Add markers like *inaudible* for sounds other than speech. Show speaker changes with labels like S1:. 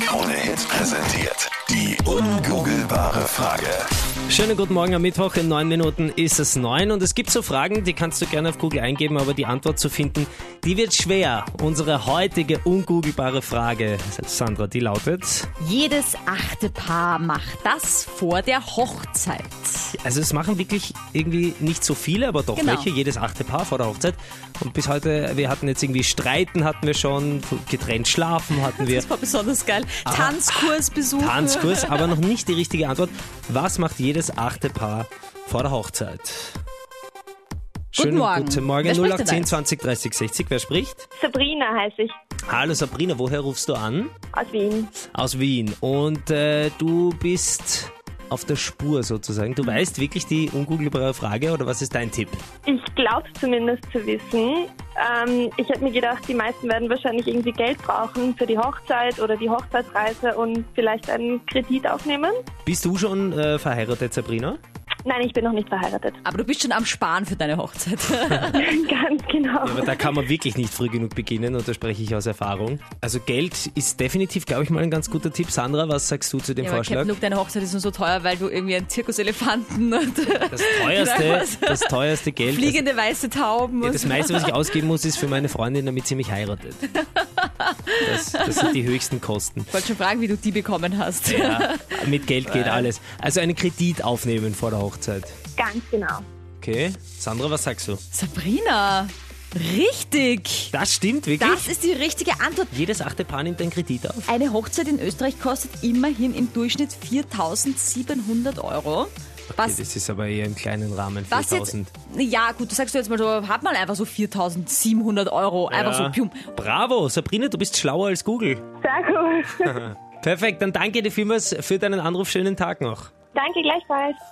S1: Krone Hits präsentiert. Die ungoogelbare Frage.
S2: Schönen guten Morgen am Mittwoch. In neun Minuten ist es neun. Und es gibt so Fragen, die kannst du gerne auf Google eingeben, aber die Antwort zu finden, die wird schwer. Unsere heutige ungoogelbare Frage, Sandra, die lautet.
S3: Jedes achte Paar macht das vor der Hochzeit.
S2: Also es machen wirklich irgendwie nicht so viele, aber doch
S3: Genau.
S2: welche, jedes achte Paar vor der Hochzeit. Und bis heute, wir hatten jetzt irgendwie Streiten hatten wir schon, getrennt schlafen hatten wir.
S3: *laughs* Das war besonders geil. Tanzkurs besuchen.
S2: Tanzkurs, aber noch nicht die richtige Antwort. Was macht jedes achte Paar vor der Hochzeit? Schönen
S3: Morgen.
S2: Guten Morgen.
S3: Wer spricht denn
S2: 0810
S3: da?
S2: 20 30 60. Wer spricht?
S4: Sabrina heiße ich,
S2: Hallo Sabrina, woher rufst du an?
S4: aus Wien.
S2: Aus Wien. Und äh, du bist auf der Spur sozusagen. Du weißt wirklich die ungoogelbare Frage oder was ist dein Tipp?
S4: Ich glaube zumindest zu wissen. Ähm, ich hätte mir gedacht, die meisten werden wahrscheinlich irgendwie Geld brauchen für die Hochzeit oder die Hochzeitsreise und vielleicht einen Kredit aufnehmen.
S2: Bist du schon äh, verheiratet, Sabrina?
S4: Nein, ich bin noch nicht verheiratet. *laughs*
S3: Aber du bist schon am Sparen für deine Hochzeit.
S4: Ganz genau.
S2: Aber da kann man wirklich nicht früh genug beginnen und da spreche ich aus Erfahrung. Also Geld ist definitiv, glaube ich, mal ein ganz guter Tipp. Sandra, was sagst du zu dem
S3: Ja, aber
S2: Vorschlag?
S3: Captain Luke, deine Hochzeit ist nur so teuer, weil du irgendwie einen Zirkuselefanten und *laughs*
S2: Das teuerste,
S3: Was?
S2: das teuerste Geld.
S3: fliegende weiße Tauben
S2: das,
S3: und
S2: das meiste, was ich ausgeben muss, ist für meine Freundin, damit sie mich heiratet. Das, das sind die höchsten Kosten.
S3: Ich wollte schon fragen, wie du die bekommen hast.
S2: Ja, mit Geld geht alles. Also einen Kredit aufnehmen vor der Hochzeit.
S4: Ganz genau.
S2: Okay. Sandra, was sagst du?
S3: Sabrina, richtig.
S2: Das stimmt wirklich.
S3: Das ist die richtige Antwort.
S2: Jedes achte Paar nimmt einen Kredit auf.
S3: Eine Hochzeit in Österreich kostet immerhin im Durchschnitt 4.700 Euro. Was
S2: das ist aber eher im kleinen Rahmen.
S3: Was
S2: 4000.
S3: jetzt? Ja, gut, das sagst du jetzt mal so, hat man einfach so 4700 Euro, einfach so,
S2: Ja.
S3: pium.
S2: Bravo, Sabrina, du bist schlauer als Google.
S4: Sehr gut.
S2: Perfekt, dann danke dir vielmals für deinen Anruf. Schönen Tag noch.
S4: Danke gleichfalls.